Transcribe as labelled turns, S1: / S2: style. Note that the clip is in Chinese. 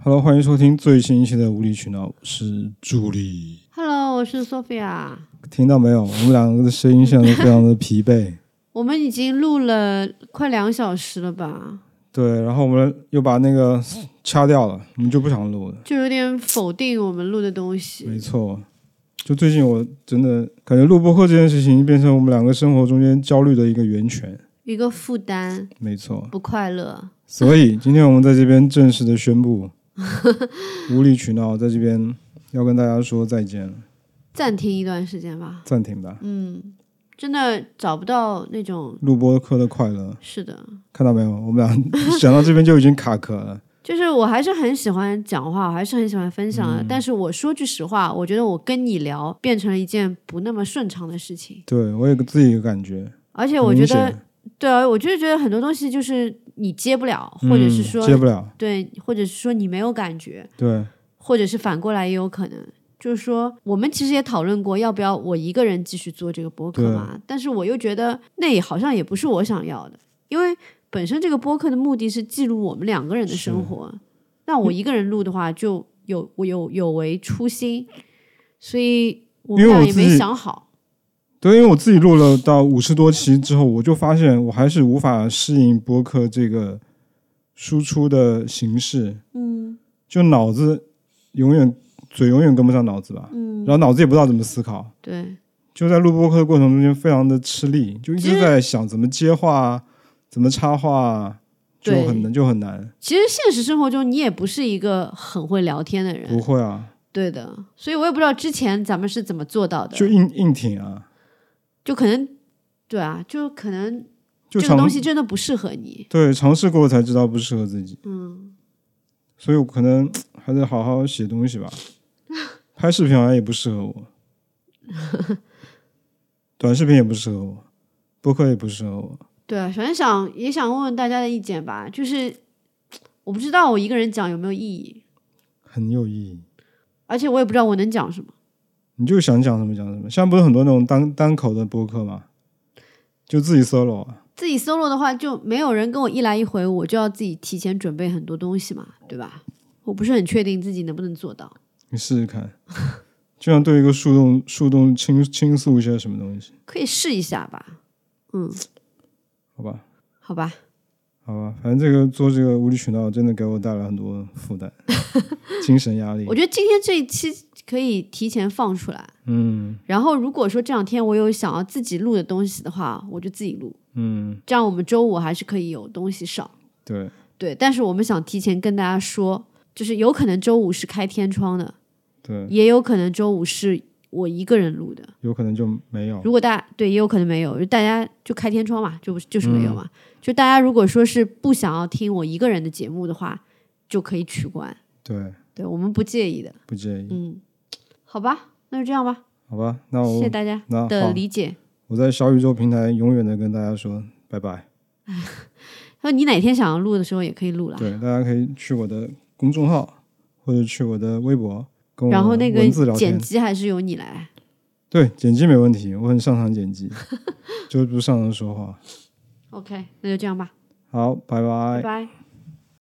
S1: Hello，欢迎收听最新一期的《无理取闹》，我是助理。
S2: Hello，我是 Sophia。
S1: 听到没有？我们两个的声音现在都非常的疲 惫。
S2: 我们已经录了快两小时了吧？
S1: 对，然后我们又把那个掐掉了，我们就不想录了。
S2: 就有点否定我们录的东西。
S1: 没错，就最近我真的感觉录播客这件事情变成我们两个生活中间焦虑的一个源泉。
S2: 一个负担，
S1: 没错，
S2: 不快乐。
S1: 所以今天我们在这边正式的宣 布，无理取闹在这边要跟大家说再见了，
S2: 暂停一段时间吧。
S1: 暂停吧。
S2: 嗯，真的找不到那种。
S1: 录播课的快乐，
S2: 是的，
S1: 看到没有？我们俩想到这边就已经卡壳了。
S2: 就是我还是很喜欢讲话，我还是很喜欢分享
S1: 嗯
S2: 的。但是我说句实话，我觉得我跟你聊变成了一件不那么顺畅的事情。
S1: 对我有个自己的感觉，
S2: 而且
S1: 很
S2: 我觉
S1: 明
S2: 得，
S1: 显
S2: 对啊，我就是觉得很多东西就是你接不了，或者是
S1: 嗯
S2: 说
S1: 接不了，
S2: 对，或者是说你没有感觉，
S1: 对，
S2: 或者是反过来也有可能。就是说，我们其实也讨论过要不要我一个人继续做这个播客
S1: 对
S2: 嘛，但是我又觉得那也好像也不是我想要的，因为本身这个播客的目的是记录我们两个人的生
S1: 是嗯
S2: 活，那我一个人录的话就有我有有违初心，所以我们
S1: 因为
S2: 俩
S1: 我
S2: 也
S1: 自
S2: 没
S1: 己
S2: 想好。
S1: 对，因为我自己录了到五十多期之后，我就发现我还是无法适应播客这个输出的形式，
S2: 嗯
S1: 就脑子永远嘴永远跟不上脑子吧，
S2: 嗯，
S1: 然后脑子也不知道怎么思考，
S2: 对，
S1: 就在录播客的过程中间非常的吃力，就一
S2: 其
S1: 直
S2: 实
S1: 在想怎么接话啊，怎么插话啊，就
S2: 对
S1: 很难就很难，
S2: 其实现实生活中你也不是一个很会聊天的人，
S1: 不会啊，
S2: 对的，所以我也不知道之前咱们是怎么做到的，
S1: 就
S2: 就
S1: 硬硬挺啊，
S2: 可能，对啊，就可能
S1: 就
S2: 这个
S1: 尝
S2: 东西真的不适合你，
S1: 对尝试过才知道不适合自己。
S2: 嗯，
S1: 所以我可能还得好好写东西吧。拍视频好像也不适合我，短视频也不适合我，播客也不适合我。
S2: 对啊，反正想也想问问大家的意见吧，就是我不知道我一个人讲有没有意义，
S1: 很有意义。
S2: 而且我也不知道我能讲什么，
S1: 你就想讲什么讲什么。现在不是很多那种单单口的播客嘛，就自己 solo 啊。
S2: 自己 solo 的话就没有人跟我一来一回，我就要自己提前准备很多东西嘛，对吧？我不是很确定自己能不能做到，
S1: 你试试看，就像对一个树洞树洞倾倾诉一些什么东西，
S2: 可以试一下吧，嗯，
S1: 好吧，
S2: 好吧，
S1: 好吧。反正这个做这个无理取闹真的给我带来很多负担，精神压力
S2: 我。觉得今天这一期可以提前放出来。
S1: 嗯
S2: 然后如果说这两天我有想要自己录的东西的话，我就自己录，
S1: 嗯，
S2: 这样我们周五还是可以有东西上。
S1: 对，
S2: 对，但是我们想提前跟大家说，就是有可能周五是开天窗的，
S1: 对，
S2: 也有可能周五是我一个人录的。
S1: 有可能就没有。
S2: 如果大家对也有可能没有，就大家就开天窗嘛，就不就是没
S1: 嗯
S2: 有嘛。就大家如果说是不想要听我一个人的节目的话，就可以取关，
S1: 对，
S2: 对我们不介意的。
S1: 不介意，
S2: 嗯，好吧，那就这样吧，
S1: 好吧？那
S2: 谢
S1: 我
S2: 谢大家
S1: 那
S2: 的
S1: 好，
S2: 理解。
S1: 我在小宇宙平台永远的跟大家说拜拜。
S2: 那你哪天想要录的时候也可以录啦。
S1: 对，大家可以去我的公众号或者去我的微博跟我
S2: 然后那个
S1: 文字聊
S2: 剪
S1: 天。
S2: 辑还是由你来。
S1: 对，剪辑没问题，我很擅长剪辑， 就不擅长说话。
S2: OK，那就这样吧，
S1: 好，拜拜
S2: 拜拜。